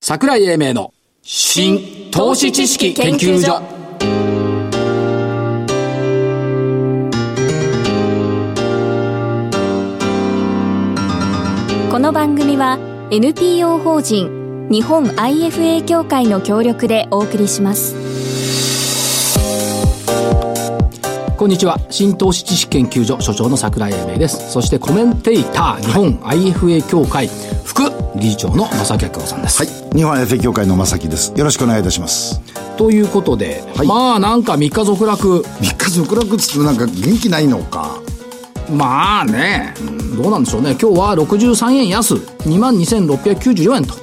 桜井英明の新投資知識研究所この番組は NPO 法人日本 IFA 協会の協力でお送りしますこんにちは新投資知識研究所所長の桜井英明ですそしてコメンテーター日本 IFA 協会副理事長の正木明夫さんです、はい。日本 FA 協会の正木です。よろしくお願いいたします。ということで、はいまあなんか三日続落3日続落っつってもなんか元気ないのか。まあね、どうなんでしょうね今日は63円安22,694円と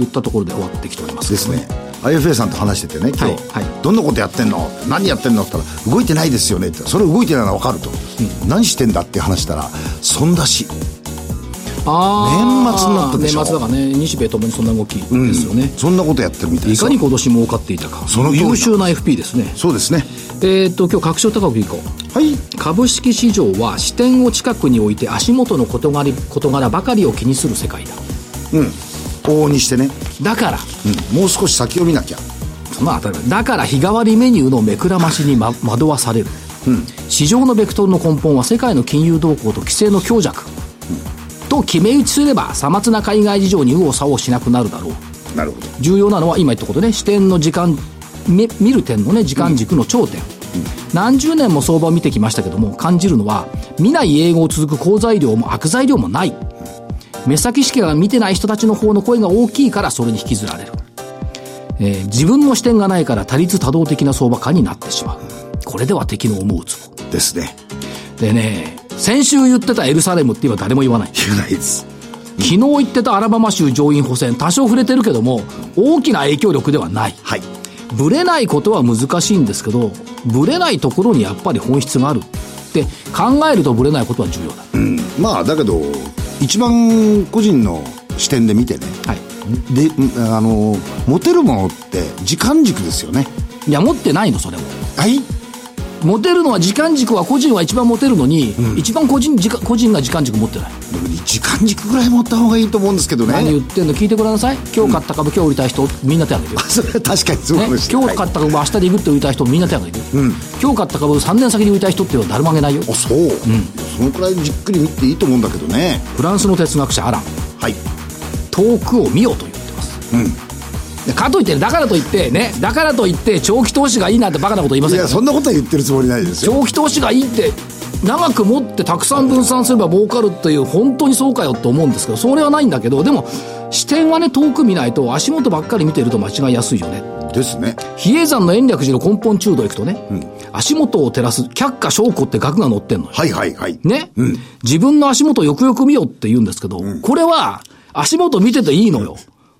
いったところで終わってきておりますですね。IFA さんと話しててね、今日、はいはいどんなことやってんの何やってんのって言ったら、動いてないですよねって。それ動いてないのはわかると、何してんだって話したら、そんだし。あー年末になったでしょ年末だからね日米ともにそんな動きですよね、そんなことやってるみたいいですかよに今年儲かっていたかその通りだ優秀な FP ですねそうですね。えーっと今日拡張高くいこうはい。株式市場は視点を近くに置いて足元の事柄事柄ばかりを気にする世界だうん。往々にしてね、だからうん、もう少し先を見なきゃ。そのあたりだから日替わりメニューの目くらましに、ま、惑わされる、市場のベクトルの根本は世界の金融動向と規制の強弱、と決め打ちすればさまつな海外事情に右往左往しなくなるだろうなるほど。重要なのは今言ったことね視点の時間み見る点のね時間軸の頂点、何十年も相場を見てきましたけども感じるのは見ない英語を続く好材料も悪材料もない目先しか見てない人たちの方の声が大きいからそれに引きずられる、えー自分の視点がないから多律多動的な相場感になってしまうこれでは敵の思うつぼですね。でね先週言ってたエルサレムって今誰も言わない言えないです。昨日言ってたアラバマ州上院補選多少触れてるけども大きな影響力ではないはい。ブレないことは難しいんですけどブレないところにやっぱり本質があるって考えるとブレないことは重要だ、まあ、だけど、一番個人の視点で見てね、はい、でうんあの持てるものって時間軸ですよねいや持ってないのそれもはい持てるのは時間軸は個人は一番持てるのに、一番個人時間個人が時間軸持ってない、時間軸ぐらい持った方がいいと思うんですけどね何言ってんの聞いてごらんなさい今日買った株今日売りたい人みんな手挙げてよ それは確かにそうねかも、しれ今ない、日買った株明日でいくって売りたい人みんな手挙げてる、うん今日買った株3年先に売りたい人っていうのは誰もあげないよあそう、そのくらいじっくり見ていいと思うんだけどねフランスの哲学者アランはい遠くを見よと言ってますうんでかといってねだからといってねだからといって長期投資がいいなんてバカなこと言いませんいよやそんなことは言ってるつもりないですよ長期投資がいいって長く持ってたくさん分散すれば儲かるっていう本当にそうかよと思うんですけどそれはないんだけどでも視点はね遠く見ないと足元ばっかり見てると間違いやすいよねですね比叡山の延暦寺の根本中道行くとね、足元を照らす却下証拠って額が載ってんのよはいはいはいね、自分の足元をよくよく見よって言うんですけど、これは足元見てていいのよ。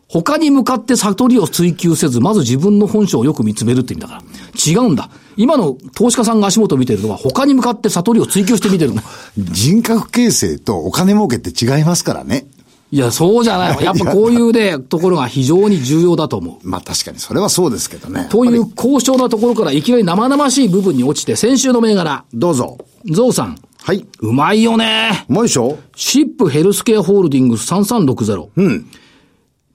他に向かって悟りを追求せず、まず自分の本性をよく見つめるって意味だから。違うんだ。今の投資家さんが足元を見てるのは、他に向かって悟りを追求して見てるの。人格形成とお金儲けって違いますからねいや、そうじゃないわ。やっぱこういうね、ところが非常に重要だと思う。まあ確かにそれはそうですけどねという高尚なところからいきなり生々しい部分に落ちて、先週の銘柄、どうぞゾウさん、はいうまいよね。うまいでしょシップヘルスケアホールディングス3360。うん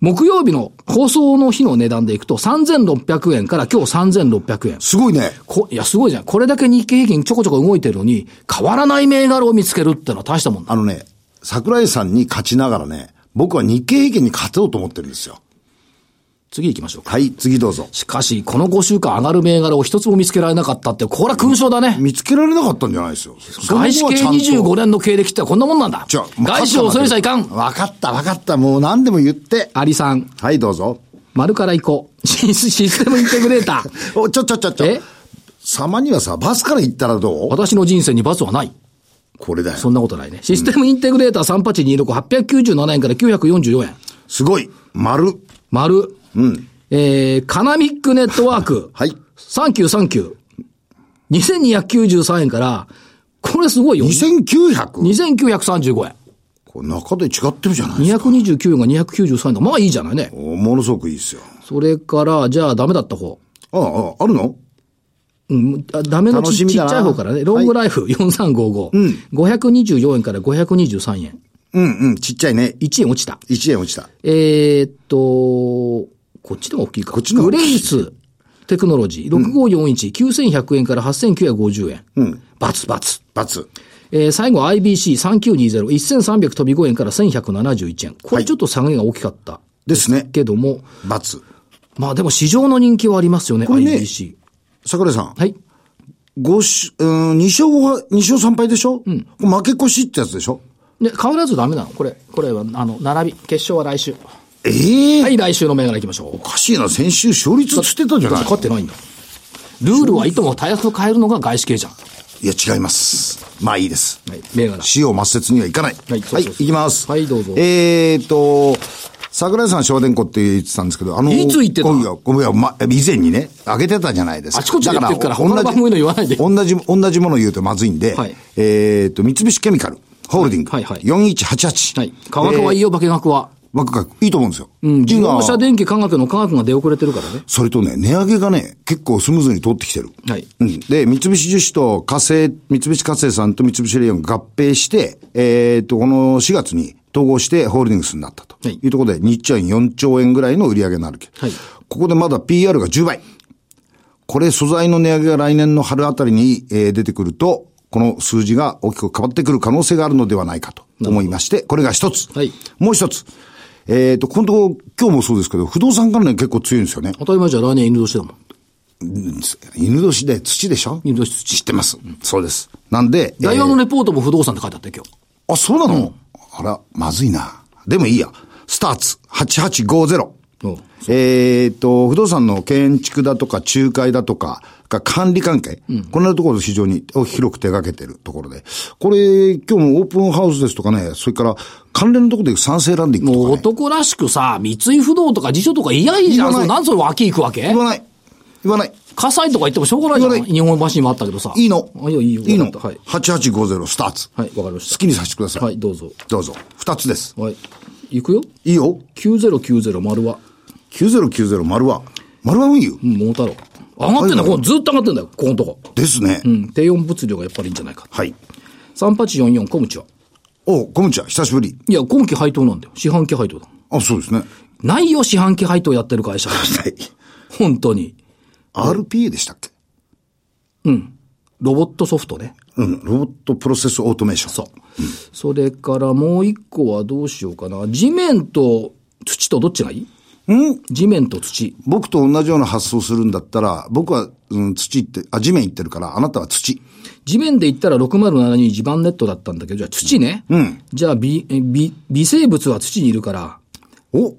木曜日の放送の日の値段でいくと3600円から今日3600円。すごいねこいや、すごいじゃん。これだけ日経平均ちょこちょこ動いてるのに、変わらない銘柄を見つけるってのは大したもんだ。あのね、桜井さんに勝ちながらね、僕は日経平均に勝とうと思ってるんですよ。次行きましょうか。はい、次どうぞ。しかし、この5週間上がる銘柄を一つも見つけられなかったって、これは勲章だね。見つけられなかったんじゃないですよ。外資系25年。年の経歴ってこんなもんなんだ。じゃあもう外資を恐れちゃいかん。わかった、わかった。もう何でも言って。アリさん、はい、どうぞ。丸から行こう。シスシステムインテグレーター。お、ちょちょちょちょえ。さまにはさ、バスから行ったらどう私の人生に罰はない。これだよ。そんなことないね。システムインテグレーター3826、897円から944円。すごい。丸。丸。うん。えー、カナミックネットワーク。はい。 3939。2293円から、これすごいよ。 2900。 2935円。これ中で違ってるじゃないですか。 229円が293円だ。まあいいじゃないね。おものすごくいいですよ。それから、じゃあダメだった方。ああ、ああるのうん、あダメの楽ちしちっみちだなゃい方からね。ロングライフ4355。524円から523円。うんうん、ちっちゃいね。 1円落ちた。 1円落ちた。えーっと、こっちでも大きいか。こっちの方グが大レきいイステクノロジー6541、9100円から8950円。うん。バツバツ。罰。えー最後 IBC3920、1300飛び5円から1171円。これちょっと下げが大きかったですね。けども、罰。まあでも市場の人気はありますよね、これね IBC。桜井さん。はい。五勝、うん、二勝は、二勝三敗でしょうん。これ負け越しってやつでしょで、変わらずダメなのこれ、これは、あの、並び、決勝は来週。ええはい、来週の銘柄行きましょう。おかしいな、先週勝率つってたじゃない勝ってないんだ。ルールはいともたやすく変えるのが外資系じゃん。いや、違います。まあいいです。はい、銘柄。死を抹殺にはいかない。はいそうそうそういきます。はいどうぞえーと、桜井さん、昭和電工って言ってたんですけど、あの、いつ言ってたいや、ごめんいやま、以前にね、あげてたじゃないですか。あちこちでだ言ってるから他の番組の言わないで同じ、同じものを言うとまずいんで、はいえーと、三菱ケミカル、ホールディング、はいはいはい4188。はい。科学はいいよ、化学は。わくかいいと思うんですよ。うん、自動今車電気科学の科学が出遅れてるからね。それとね、値上げがね、結構スムーズに通ってきてる。はいうん。で、三菱樹脂と火星、三菱火星さんと三菱レオンが合併して、えっと、この4月に統合してホールディングスになったと。はいいうところで、日兆円4兆円ぐらいの売り上げになるけど。はいここでまだ PR が10倍。これ、素材の値上げが来年の春あたりに、えー出てくると、この数字が大きく変わってくる可能性があるのではないかと思いまして、これが一つ。はいもう一つ。えっ、と、このとこ今日もそうですけど、不動産関連結構強いんですよね。当たり前じゃ来年犬年だもん。犬年で土でしょ犬年土知ってます。そうです。なんで、大和のえレポートも不動産って書いてあったよ、今日。ーあ、そうなの、あら、まずいな。でもいいや。スターツ8850うん。えっと、不動産の建築だとか仲介だとかが管理関係。こんなところを非常にお広く手掛けてるところで。これ、今日もオープンハウスですとかね、それから関連のところで賛成ランディングともうか、ね。男らしくさ、三井不動とか辞書とか言いやいいじゃん。言そわないうなんでそれ脇行くわけ言わない。言わない。火災とか言ってもしょうがないじゃ言ん。わない日本橋にもあったけどさ。いいのあいいよ、いいよ。いいの、わかったはい。 ?8850 スターツ。はい、わかりました。好きにさせてください。はい、どうぞ。どうぞ。二つです。はい。行くよ。いいよ。 9090丸は。 9090丸は、丸は運輸うん、桃太郎。上がってんだよ、ここずっと上がってんだよ、ここのとこ。ですね。うん、低温物量がやっぱりいいんじゃないか。はい。 3844、小口は。おう、コムちゃん、久しぶり。いや、今期配当なんだよ。四半期配当だ。あ、そうですね。ないよ、四半期配当やってる会社。 はい。本当に。 RPA でしたっけロボットソフトね。うん。ロボットプロセスオートメーション。そう。それからもう一個はどうしようかな。地面と土とどっちがいいうん地面と土。僕と同じような発想するんだったら、僕は、うん、土って、あ、地面行ってるから、あなたは土。地面で言ったら6072地盤ネットだったんだけど、じゃあ土ね。うんじゃあ微、え微、微生物は土にいるから、お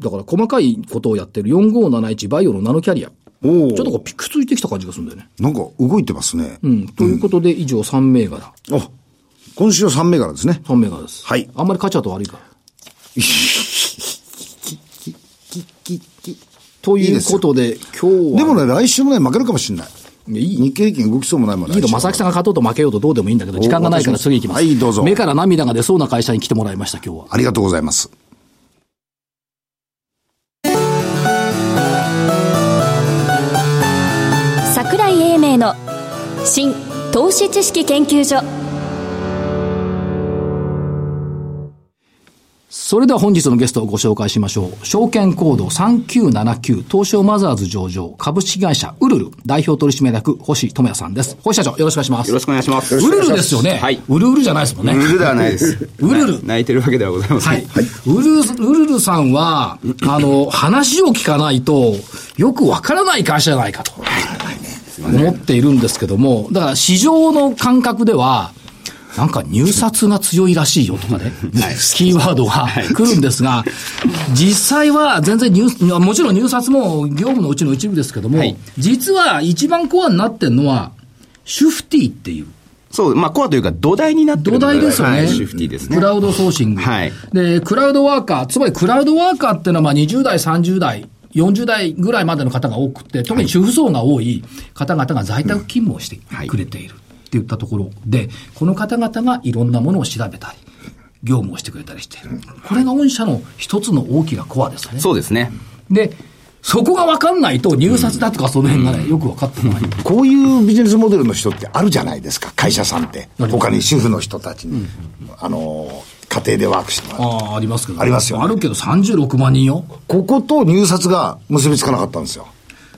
だから細かいことをやってる4571バイオのナノキャリア。おちょっとことうピクついてきた感じがするんだよね。なんか動いてますね。うう。ん。ということで、以上3銘柄。あ、今週は3銘柄ですね。 3銘柄です。はいあんまり勝ちゃうと悪いから。ということで、今日は。でもね、来週もね、負けるかもしれない。いや、いい。日経平均動きそうもないもんね。いいの、来週まはさきさんが勝とうと負けようとどうでもいいんだけど、お時間がないから私も次行きます。はいどうぞ目から涙が出そうな会社に来てもらいました、今日は。ありがとうございます。桜井英明の新投資知識研究所それでは本日のゲストをご紹介しましょう。証券コード3979、東証マザーズ上場、株式会社ウルル、代表取締役、星智也さんです。星社長、よろしくお願いします。よろしくお願いします。ウルルですよね。はい。ウルウルじゃないですもんね。ウルルではないです。ウルルな泣いてるわけではございません。はい。ウルル、ウルルさんは、あの、話を聞かないと、よくわからない会社じゃないかと、思っているんですけども、だから市場の感覚では、なんか入札が強いらしいよとかね、キーワードが来るんですが、実際は全然入、いやもちろん入札も業務のうちの一部ですけども、はい実は一番コアになってるのは、シュフティっていう、そう、まあ、コアというか土台になって土る台ですよね。はいシフティですねク。ラウドソーシング。はいで、クラウドワーカー、つまりクラウドワーカーっていうのはまあ20代、30代、40代ぐらいまでの方が多くて、特に主婦層が多い方々が在宅勤務をしてはいくれているって言ったところで、この方々がいろんなものを調べたり、業務をしてくれたりしている。これが御社の一つの大きなコアですね。そうですね。で、そこが分かんないと入札だとかその辺がね、よく分かってこない。こういうビジネスモデルの人ってあるじゃないですか、会社さんって。他に主婦の人たちに、あの、家庭でワークしてもらうああ、ありますけど。ありますよねあるけど36万人よ。ここと入札が結びつかなかったんですよ。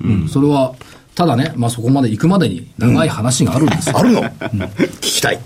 うん。それは、ただね、まあ、そこまで行くまでに長い話があるんですよ。あるの、聞きたい。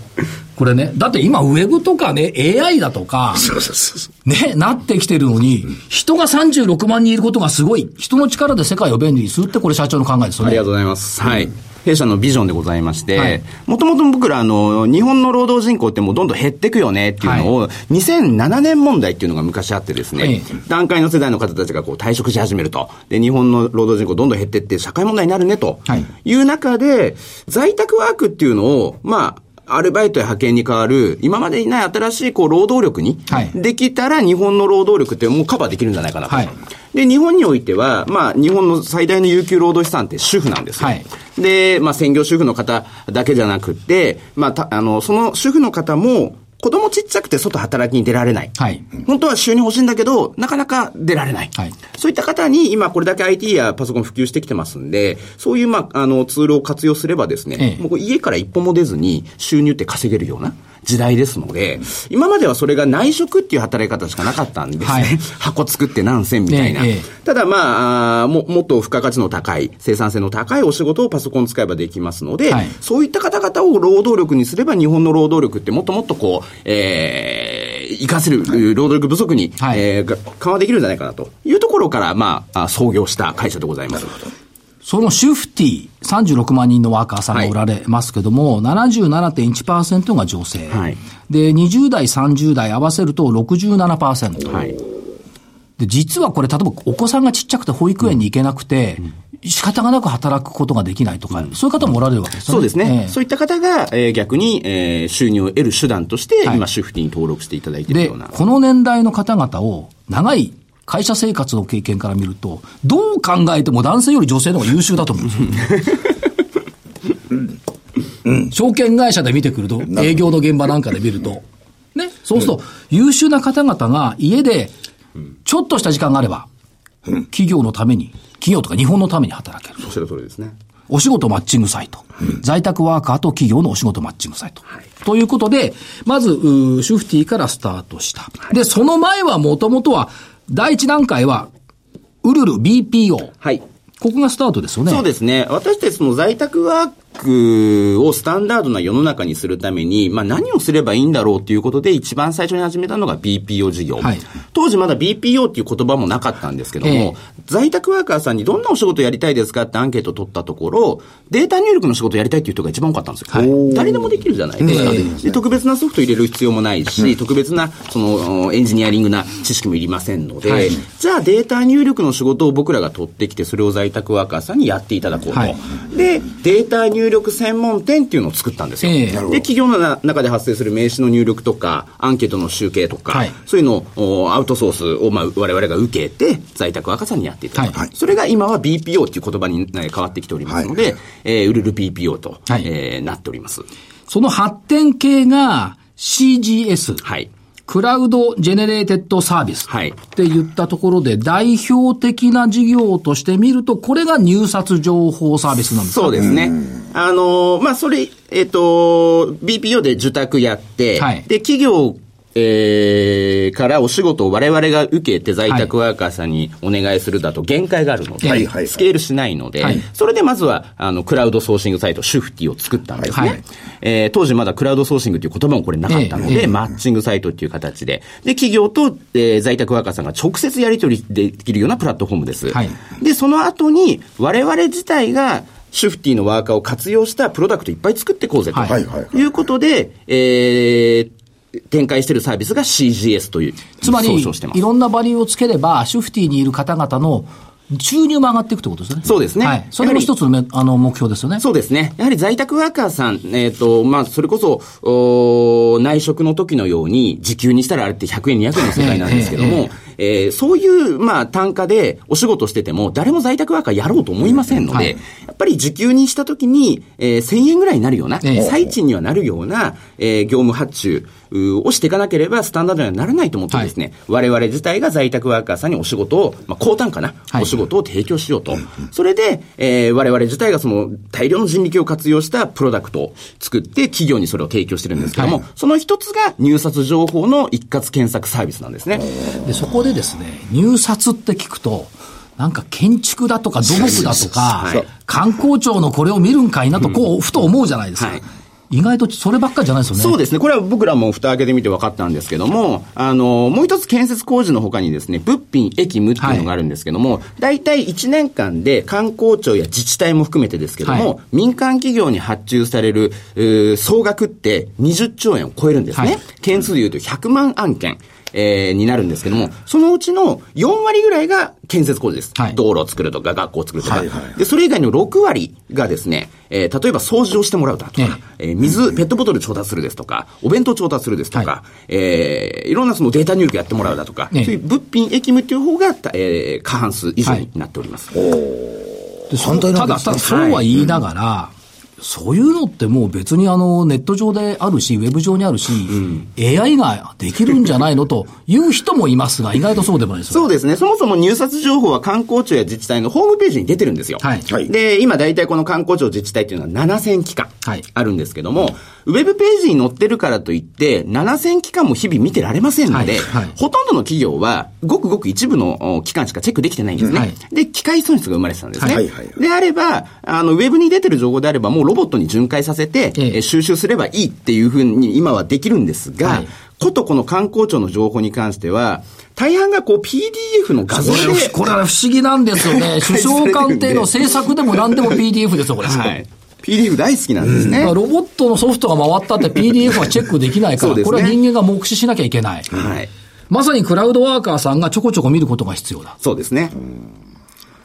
これね、だって今ウェブとかね、AI だとか、そうそうそうそう。ね、なってきてるのに、人が36万人いることがすごい。人の力で世界を便利にするって、これ社長の考えですよありねが。とうございます。はい。弊社のビジョンでございましはいて、もともと僕ら、あの、日本の労働人口ってもうどんどん減ってくよねっていうのを、2007年問題っていうのが昔あってですはねい、段階の世代の方たちがこう退職し始めると。で、日本の労働人口どんどん減ってって社会問題になるねとはいいう中で、在宅ワークっていうのを、まあ、アルバイトや派遣に代わる、今までにない新しいこう労働力にはい、できたら日本の労働力ってもうカバーできるんじゃないかなと。はいで、日本においては、まあ、日本の最大の有給労働資産って主婦なんですよ。はいで、まあ、専業主婦の方だけじゃなくて、まあ、たあの、その主婦の方も、子供ちっちゃくて外働きに出られない。はい本当は収入欲しいんだけど、なかなか出られない。はいそういった方に、今これだけ IT やパソコン普及してきてますんで、そういう、まあ、あの、ツールを活用すればですね、ええもう家から一歩も出ずに収入って稼げるような時代ですので、今まではそれが内職っていう働き方しかなかったんですね。はい 箱作って何千みたいな。ええええただまああー、も、もっと付加価値の高い、生産性の高いお仕事をパソコン使えばできますので、はいそういった方々を労働力にすれば、日本の労働力ってもっともっとこう、えー、活かせる労働力不足に、はいえーが緩和できるんじゃないかなというところから、まあ、あ創業した会社でございます。そのシュフティ、36万人のワーカーさんがおられますけども、77.1%が女性、はいで、20代、30代合わせると67%。はい。で、実はこれ、例えばお子さんがちっちゃくて保育園に行けなくて、仕方がなく働くことができないとか、そういう方もおられるわけですよね。そうですね。ええそういった方が、えー逆に、えー収入を得る手段として、はい今、主婦に登録していただいているで、ような。この年代の方々を長い会社生活の経験から見ると、どう考えても男性より女性の方が優秀だと思うんですよ。証券会社で見てくると、営業の現場なんかで見ると、ね、そうすると、優秀な方々が家で、ちょっとした時間があれば、企業のために、企業とか日本のために働ける。おっしゃる通りですね。お仕事マッチングサイト。在宅ワーカーと企業のお仕事マッチングサイト。ということで、まず、うーシュフティからスタートした。で、その前はもともとは、第一段階は、ウルル BPO。はい。ここがスタートですよね。そうですね。私たちその在宅ワークをスタンダードな世の中にするために、まあ何をすればいいんだろうということで一番最初に始めたのが BPO 事業。はい当時まだ BPO っていう言葉もなかったんですけども、ええ在宅ワーカーさんにどんなお仕事やりたいですかってアンケートを取ったところ、データ入力の仕事やりたいっていう人が一番多かったんですよ。誰でもできるじゃないですか。で特別なソフト入れる必要もないし、特別なそのエンジニアリングな知識もいりませんので、はいじゃあデータ入力の仕事を僕らが取ってきて、それを在宅ワーカーさんにやっていただこうと。はいで、データ入力専門店っていうのを作ったんですよ。ええなるで、企業のな中で発生する名刺の入力とか、アンケートの集計とか、はいそういうのをおアウトソースを、まあ、我々が受けて、在宅若さんにやっていただく、はいそれが今は BPO っていう言葉にえー変わってきておりますので、えーウルル BPO と、はいえーなっております。その発展系が CGS。はい。クラウドジェネレーテッドサービス。はいって言ったところで、代表的な事業として見ると、これが入札情報サービスなんですかそうですね。あのーまあ、それ、えっ、と、BPO で受託やって、はいで、企業、えーからお仕事を我々が受けて在宅ワーカーさんにお願いするだと限界があるので、はいはいスケールしないので、はいそれでまずは、あの、クラウドソーシングサイト、シュフティを作ったんですね。はいえー当時まだクラウドソーシングという言葉もこれなかったのええで、ええマッチングサイトっていう形で、で、企業と、えー在宅ワーカーさんが直接やり取りできるようなプラットフォームです。はいで、その後に、我々自体が、シュフティのワーカーを活用したプロダクトいっぱい作っていこうぜと、、はいはいはいはいうことで、えー展開しているサービスが CGS という、つまり、総称してますいろんなバリューをつければ、シュフティにいる方々の収入も上がっていくってことですね。そうですねはい。それも一つのめあの目標ですよね。そうですね。やはり在宅ワーカーさん、えっ、と、まあ、それこそ、おー内職の時のように、時給にしたらあれって100円、200円の世界なんですけどえええも、ええーそういう、まあ、単価でお仕事してても、誰も在宅ワーカーやろうと思いませんので、はいやっぱり時給にしたときに、えー1000円ぐらいになるような、ええ最賃にはなるような、えー業務発注うーをしていかなければ、スタンダードにはならないと思ってですね、我々自体が在宅ワーカーさんにお仕事を、まあ、高単価な、はいお仕事を提供しようと。それで、えー我々自体がその大量の人力を活用したプロダクトを作って、企業にそれを提供してるんですけども、はいその一つが入札情報の一括検索サービスなんですね。で、そこでですね、入札って聞くと、なんか建築だとか土木だとかそうそうそうはい、観光庁のこれを見るんかいなと、こう、ふと思うじゃないですかはい。意外とそればっかりじゃないですよね。そうですね。これは僕らも蓋開けてみて分かったんですけども、あの、もう一つ建設工事の他にですね、物品、駅務っていうのがあるんですけども、大体1年間で観光庁や自治体も含めてですけども、はい民間企業に発注される、えー総額って20兆円を超えるんですね。はい件数で言うと100万案件。えーになるんですけども、そのうちの4割ぐらいが建設工事です。はい道路を作るとか、学校を作るとか、はいはいで、それ以外の6割がですね、えー例えば掃除をしてもらうだとか、えー水、ペットボトル調達するですとか、お弁当調達するですとか、、はいえーいろんなそのデータ入力やってもらうだとか、ええそういう物品、駅務っていう方が、たえー過半数以上になっております。でそう反対なたんでだ、すたねだ、そうは言いながら、そういうのってもう別にあの、ネット上であるし、ウェブ上にあるし、AI ができるんじゃないのという人もいますが、意外とそうでもないですよそうですね。そもそも入札情報は観光庁や自治体のホームページに出てるんですよ。はいはいで、今大体この観光庁自治体っていうのは7000機関はいあるんですけども、ウェブページに載ってるからといって、7000機関も日々見てられませんので、はいはいほとんどの企業は、ごくごく一部のお機関しかチェックできてないんですね。はいで、機械損失が生まれてたんですね。はいはいはいであれば、あの、ウェブに出てる情報であれば、もうロボットに巡回させて、えええー収集すればいいっていうふうに今はできるんですが、はいことこの観光庁の情報に関しては、大半がこう PDF の画像こで、れはこれは不思議なんですよ ね。首相官邸の政策でも何でも PDF ですよ、これ。はい。PDF 大好きなんですね。だからロボットのソフトが回ったって PDF はチェックできないかそうら、ですこねれは人間が目視しなきゃいけない。はい。まさにクラウドワーカーさんがちょこちょこ見ることが必要だ。そうですね。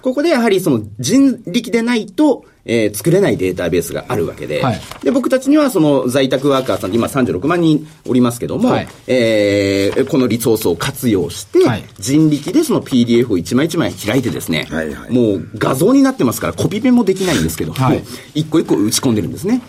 ここでやはりその人力でないと、えー作れないデータベースがあるわけで、はいで、僕たちにはその在宅ワーカーさん、今36万人おりますけども、はいえーこのリソースを活用してはい、人力でその PDF を一枚一枚開いてですね、はいはいもう画像になってますからコピペもできないんですけど、はいもう一個一個打ち込んでるんですね。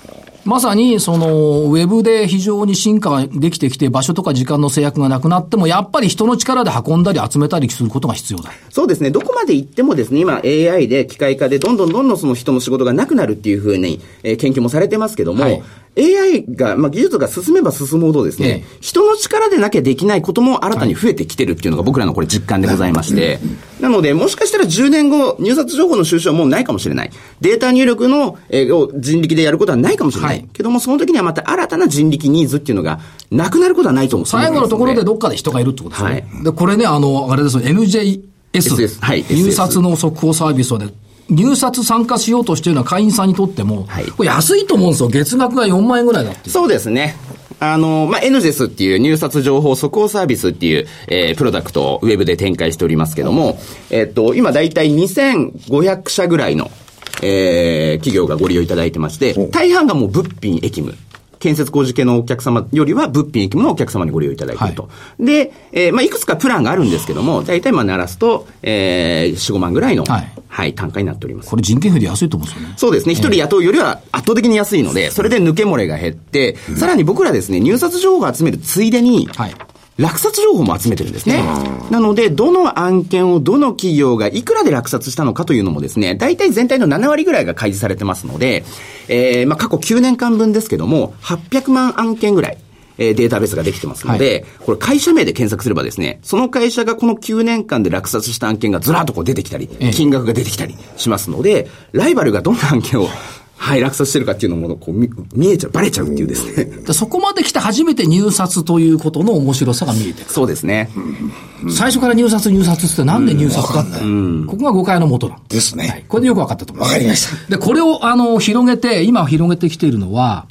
まさに、その、ウェブで非常に進化ができてきて、場所とか時間の制約がなくなっても、やっぱり人の力で運んだり集めたりすることが必要だ。そうですね。どこまで行ってもですね、今 AI で機械化でどんどんどんどんその人の仕事がなくなるっていうふうに、えー研究もされてますけども、はい AI が、まあ、技術が進めば進むほどですね、ええ人の力でなきゃできないことも新たに増えてきてるっていうのが僕らのこれ実感でございまして、なので、もしかしたら10年後、入札情報の収集はもうないかもしれない。データ入力の、えーを人力でやることはないかもしれない。はいけども、その時にはまた新たな人力ニーズっていうのがなくなることはないと思う。最後のところでどっかで人がいるってことですね。はで、これね、あの、あれですよ、NJS、 SS はい入札の速報サービスをね、入札参加しようとしているのは会員さんにとっても、はいこれ安いと思うんですよ。月額が4万円ぐらいだっていう。そうですね。あの、まあ、エヌジェスっていう入札情報速報サービスっていう、えープロダクトをウェブで展開しておりますけども、えっと、今だいたい2500社ぐらいの、えー企業がご利用いただいてまして、大半がもう物品駅務。建設工事系のお客様よりは物品駅務のお客様にご利用いただいていると。はで、えーまあ、いくつかプランがあるんですけども、大体まあ、鳴らすと、えー、4、5万ぐらいの、ははいい、単価になっております。これ人件費で安いと思うんですよね。そうですね。一人雇うよりは圧倒的に安いので、それで抜け漏れが減って、さらに僕らですね、入札情報を集めるついでにはい、落札情報も集めてるんですね。なので、どの案件をどの企業がいくらで落札したのかというのもですね、大体全体の7割ぐらいが開示されてますので、えーまあ過去9年間分ですけども、800万案件ぐらい。えーデータベースができてますので、これ会社名で検索すればですね、その会社がこの9年間で落札した案件がずらっとこう出てきたり、ええ金額が出てきたりしますので、ライバルがどんな案件を、はい、落札してるかっていうのも、こう、見見えちゃう、バレちゃうっていうですね。でそこまで来て初めて入札ということの面白さが見えてくそうですね。る。最初から入札入札っつってなんで入札だって。ここが誤解のもとだ。ですね。はいこれでよく分かったと思います。わかりましで、これをあの、広げて、今広げてきているのは、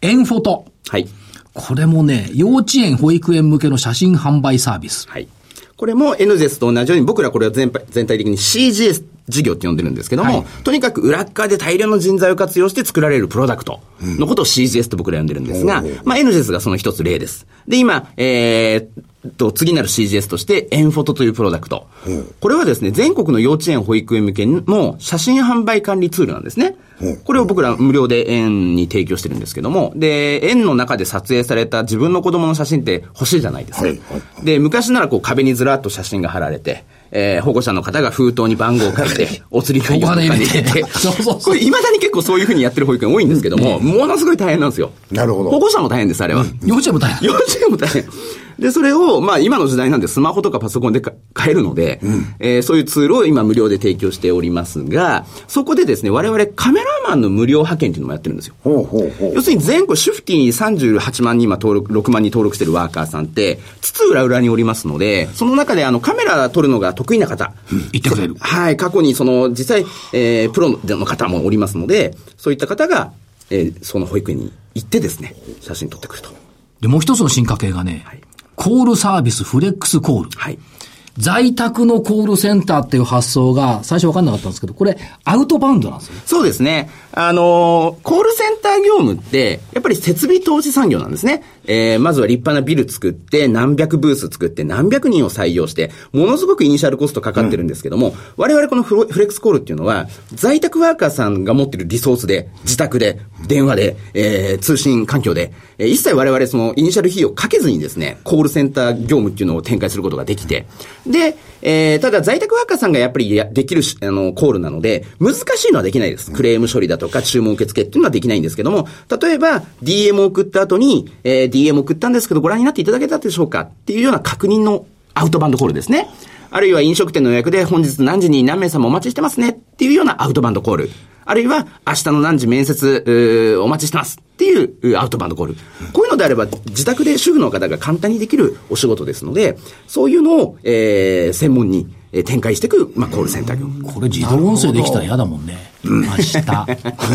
エンフォト。はい。これもね、幼稚園、保育園向けの写真販売サービス。はい。これも NGES と同じように、僕らこれは全体全体的に CGS 事業って呼んでるんですけども、とにかく裏っ側で大量の人材を活用して作られるプロダクトのことを CGS と僕ら呼んでるんですが、まあ、エヌジェスがその一つ例です。で、今、えーっと、次なる CGS として、エンフォトというプロダクト。これはですね、全国の幼稚園、保育園向けの写真販売管理ツールなんですね。これを僕ら無料で園に提供してるんですけども、で、園の中で撮影された自分の子供の写真って欲しいじゃないですか。はいはいで、昔ならこう壁にずらっと写真が貼られて、えー保護者の方が封筒に番号を書いて、 お釣り会おを金入れて 入れてそうそうそうこれ、いまだに結構そういうふうにやってる保育園多いんですけども、ものすごい大変なんですよ。なるほど保護者も大変です、あれは。幼稚園も大変。 幼稚園も大変。で、それを、まあ今の時代なんでスマホとかパソコンでか買えるので、えーそういうツールを今無料で提供しておりますが、そこでですね、我々カメラマンの無料派遣っていうのもやってるんですよ。ほうほうほう。要するに全国主付近に38万人今登録、6万人登録してるワーカーさんって、津々浦々におりますので、その中であのカメラ撮るのが得意な方、言ってくれる。はい、過去にその実際、えープロの方もおりますので、そういった方が、えーその保育園に行ってですね、写真撮ってくると。で、もう一つの進化系がね、はいコールサービスフレックスコール。はい。在宅のコールセンターっていう発想が最初分かんなかったんですけど、これアウトバウンドなんですよ。そうですね。あのーコールセンター業務って、やっぱり設備投資産業なんですね。えー、まずは立派なビル作って、何百ブース作って、何百人を採用して、ものすごくイニシャルコストかかってるんですけども、我々このフロフレックスコールっていうのは、在宅ワーカーさんが持ってるリソースで、自宅で、電話で、えー、通信環境で、えー一切我々そのイニシャル費用かけずにですね、コールセンター業務っていうのを展開することができて、で、えーただ在宅ワーカーさんがやっぱりやできるしあの、コールなので、難しいのはできないです。クレーム処理だとか注文受付っていうのはできないんですけども、例えば DM を送った後に、えー DM を送ったんですけどご覧になっていただけたでしょうかっていうような確認のアウトバウンドコールですね。あるいは飲食店の予約で本日何時に何名様お待ちしてますねっていうようなアウトバウンドコール。あるいは明日の何時面接うーお待ちしてますっていううアウトバウンドコール。こういうのであれば自宅で主婦の方が簡単にできるお仕事ですので、そういうのを、えー専門にえー展開していく、まあ、コールセンター業務。これ自動音声できたら嫌だもんね。明日、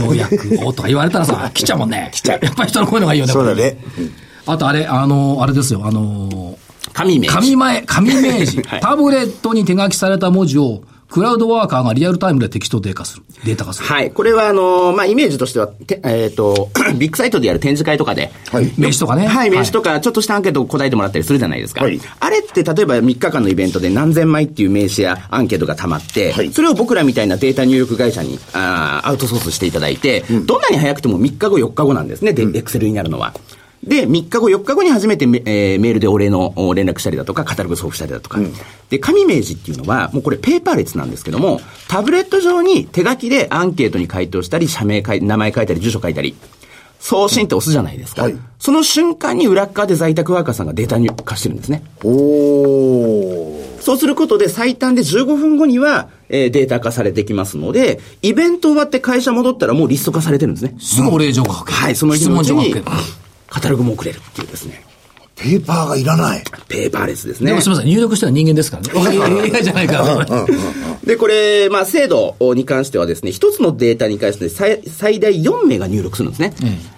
ご予約をとか言われたらさ、来ちゃうもんね。来ちゃう。やっぱり人の声の方がいいよね。そうだね。あとあれ、あの、あれですよ、あの、神名紙 前、紙明示、はいタブレットに手書きされた文字を、クラウドワーカーがリアルタイムでテキストデータ化する。データ化する。はい。これは、あのまあ、イメージとしては、てえっ、と、 ビッグサイトでやる展示会とかで、はい。名刺とかね。はい、名刺とか、ちょっとしたアンケートを答えてもらったりするじゃないですか。はいあれって、例えば3日間のイベントで何千枚っていう名刺やアンケートが溜まって、はいそれを僕らみたいなデータ入力会社にあーアウトソースしていただいて、どんなに早くても3日後、4日後なんですね、で、エクセルになるのは。で、3日後、4日後に初めてめ、えーメールでお礼のお連絡したりだとか、カタログ送付したりだとか。で、紙明示っていうのは、もうこれペーパー列なんですけども、タブレット上に手書きでアンケートに回答したり、社名書い、名前書いたり、住所書いたり、送信って押すじゃないですか。はいその瞬間に裏っ側で在宅ワーカーさんがデータ入化してるんですね。おー。そうすることで最短で15分後には、えーデータ化されてきますので、イベント終わって会社戻ったらもうリスト化されてるんですね。すぐお礼状が書ける。はい、その日質のう問ち状が書にける。、カタログも送れるっていうですね。ペーパーがいらない。ペーパーレスですね。でもすみません、入力したら人間ですからね。AI じゃないから。で、これ、まあ、制度に関してはですね、一つのデータに関して最最大4名が入力するんですね。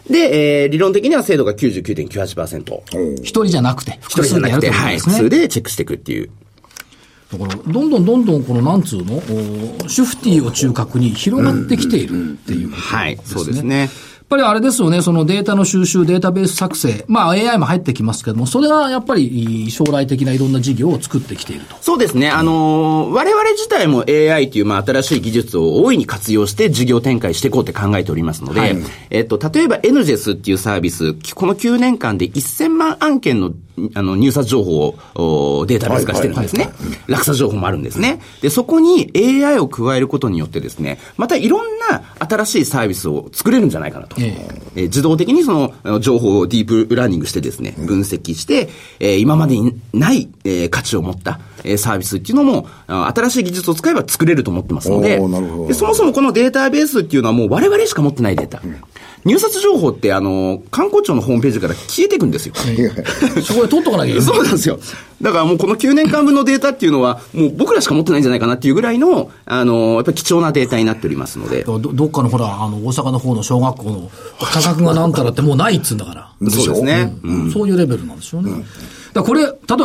で、えー理論的には精度が99.98%。一人じゃなくて、一人複じゃ数でなやくるってて、ことはい、です複ね。数でチェックしていくっていう。だから、どんどんどんどんこのなんつうの、おシュフティを中核に広がってきているっていうことですね。はい、そうですね。やっぱりあれですよね、そのデータの収集、データベース作成、まあ AI も入ってきますけども、それがやっぱり将来的ないろんな事業を作ってきていると。そうですね。あのー我々自体も AI という、まあ、新しい技術を大いに活用して事業展開していこうって考えておりますので、えっと、例えば n g e s っていうサービス、この9年間で1000万案件のあの入札情報をおーデータベース化してるんですね。落札情報もあるんですね。で、そこに AI を加えることによってですね、またいろんな新しいサービスを作れるんじゃないかなと。ええー自動的にそのあの情報をディープラーニングしてですね、分析して、えー今までにない、えー価値を持った、えーサービスっていうのも、あ新しい技術を使えば作れると思ってますのでおーなるほどで、そもそもこのデータベースっていうのはもう我々しか持ってないデータ。入札情報って、あの、観光庁のホームページから消えていくんですよ。 そこで取っとかなきゃいけない。そうなんですよ。だからもうこの9年間分のデータっていうのは、もう僕らしか持ってないんじゃないかなっていうぐらいの、あの、やっぱり貴重なデータになっておりますので。どどっかのほら、あの、大阪の方の小学校の価格がなんたらってもうないっつうんだから。そうですね。そういうレベルなんでしょうね。だからこれ、例えば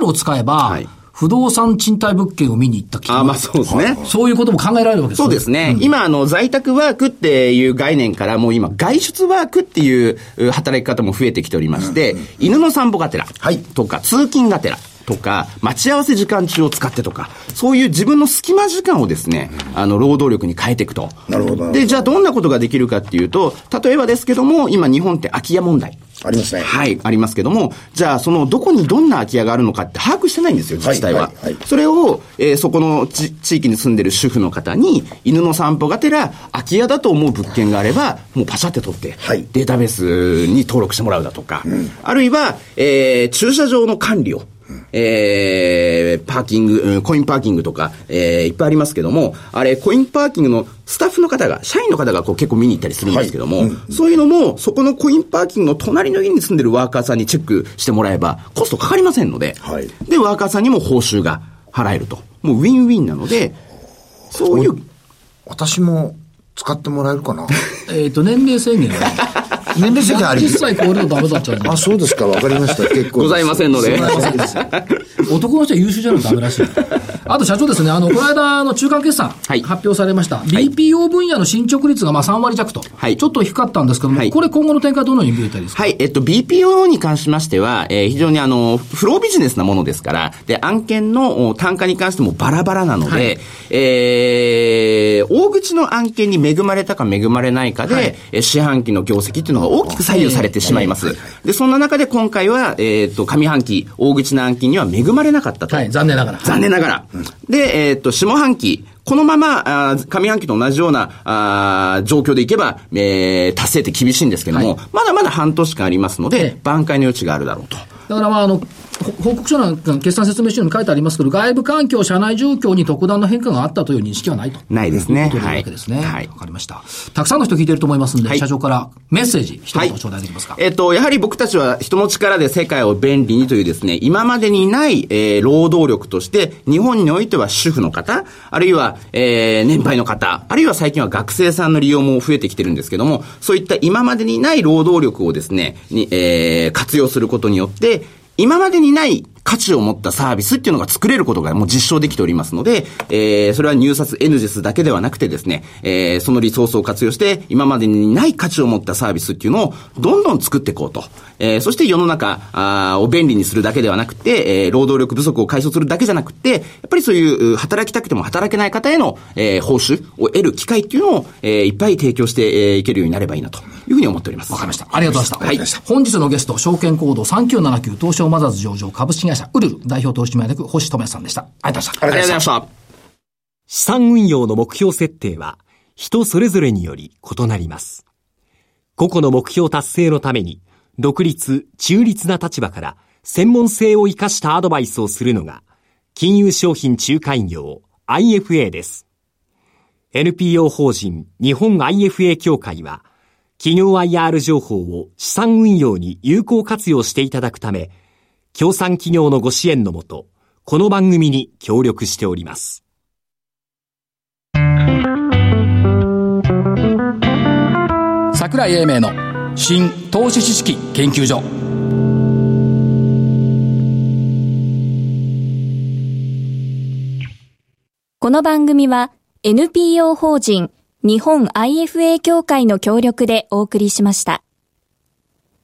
VR を使えば、はい不動産賃貸物件を見に行った気あーまあそうですね。そういうことも考えられるわけですそうですね。今、あの、在宅ワークっていう概念から、もう今、外出ワークっていうう働き方も増えてきておりまして、犬の散歩がてら、とか、通勤がてら、とか、待ち合わせ時間中を使ってとか、そういう自分の隙間時間をですね、あの、労働力に変えていくと。なるほどなるほどで、じゃあどんなことができるかっていうと、例えばですけども、今日本って空き家問題。ありますね。はい、ありますけども、じゃあ、その、どこにどんな空き家があるのかって把握してないんですよ、自治体は。はいはいはいそれを、えーそこのち地域に住んでる主婦の方に、犬の散歩がてら、空き家だと思う物件があれば、もうパシャって取って、はいデータベースに登録してもらうだとか、あるいは、えー駐車場の管理を、えーパーキング、うんコインパーキングとか、えーいっぱいありますけども、あれ、コインパーキングのスタッフの方が、社員の方がこう結構見に行ったりするんですけども、そういうのも、そこのコインパーキングの隣の家に住んでるワーカーさんにチェックしてもらえば、コストかかりませんので、はいで、ワーカーさんにも報酬が払えると。もうウィンウィンなので、そういう、私も使ってもらえるか なえっ、と、年齢制限 は。年齢制限あり実際超えるとダメだっちゃうんであ、そうですか。わかりました。結構ございませんので。 男の人は優秀じゃないとダメらしい。あと社長ですね、あの、この間、あの、中間決算、はい発表されました。BPO 分野の進捗率がまあ3割弱と、はいちょっと低かったんですけども、はいこれ今後の展開どのように見えたりですか、はい、えっと、BPO に関しましては、えー非常にあの、フロービジネスなものですから、で、案件のお単価に関してもバラバラなので、えー大口の案件に恵まれたか恵まれないかで、えー四半期の業績っていうのが大きく左右されてしまいます。で、そんな中で今回は、えーっと、上半期、大口の案件には恵まれなかったと。はい、残念ながら。残念ながら。で、えーっと、下半期、このまま、あー上半期と同じような、あー状況でいけば、えー達成って厳しいんですけども、はまだまだ半年間ありますのえでえ、挽回の余地があるだろうと。だからまあ、あの、ほ報告書なんか、決算説明書にも書いてありますけど、外部環境、社内状況に特段の変化があったという認識はないと。ないですね。というはわい。けですね。わ、はい。かりました。たくさんの人聞いてると思いますんで、はい社長からメッセージ、一はい言頂戴できますか、えっと、やはり僕たちは人の力で世界を便利にというですね、今までにない、えー労働力として、日本においては主婦の方、あるいは、えー年配の方、あるいは最近は学生さんの利用も増えてきてるんですけども、そういった今までにない労働力をですね、にえー活用することによって、今までにない価値を持ったサービスっていうのが作れることがもう実証できておりますので、えー、それは入札エヌジェスだけではなくてですね、えー、そのリソースを活用して、今までにない価値を持ったサービスっていうのをどんどん作っていこうと。えー、そして世の中あーを便利にするだけではなくて、えー、労働力不足を解消するだけじゃなくて、やっぱりそういうう働きたくても働けない方への、えー、報酬を得る機会っていうのを、えー、いっぱい提供して、えー、いけるようになればいいなというふうに思っております。わかりました。ありがとうございました。はい本日のゲスト、証券コード3979東証マザーズ上場株式会社ウルル代表取締役星智也さんでした。ありがとうございました。ありがとうございました。資産運用の目標設定は人それぞれにより異なります。個々の目標達成のために独立、中立な立場から専門性を生かしたアドバイスをするのが金融商品仲介業 IFA です。NPO 法人日本 IFA 協会は企業 IR 情報を資産運用に有効活用していただくため、協賛企業のご支援のもと、この番組に協力しております。桜井英明の新投資知識研究所この番組は NPO 法人日本 IFA 協会の協力でお送りしました。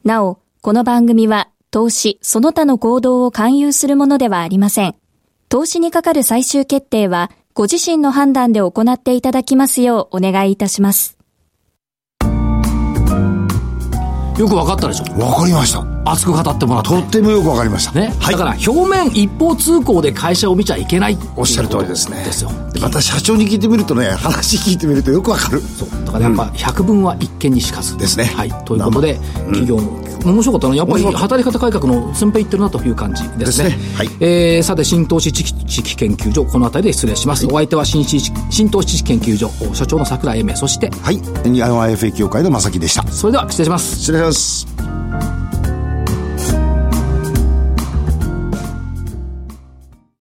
なお、この番組は投資その他の行動を勧誘するものではありません。投資にかかる最終決定はご自身の判断で行っていただきますようお願いいたします。よくわかったでしょわかりました。熱く語ってもらってとってもよくわかりました。ね、だから表面一方通行で会社を見ちゃいけないおっしゃる通りですね。ですよでまた社長に聞いてみるとね、話聞いてみるとよくわかる。だからやっぱ百分は一見にしかずですねはい、ということで、企業の面白かったのはやっぱり面白か働き方改革の先輩行ってるなという感じですねですねはいえーさて新投資知識知識研究所この辺りで失礼します、お相手は新知識新投資知識研究所所長の桜井英明そしてはい。日本 IFA 協会の正木でした。それでは失礼します失礼します。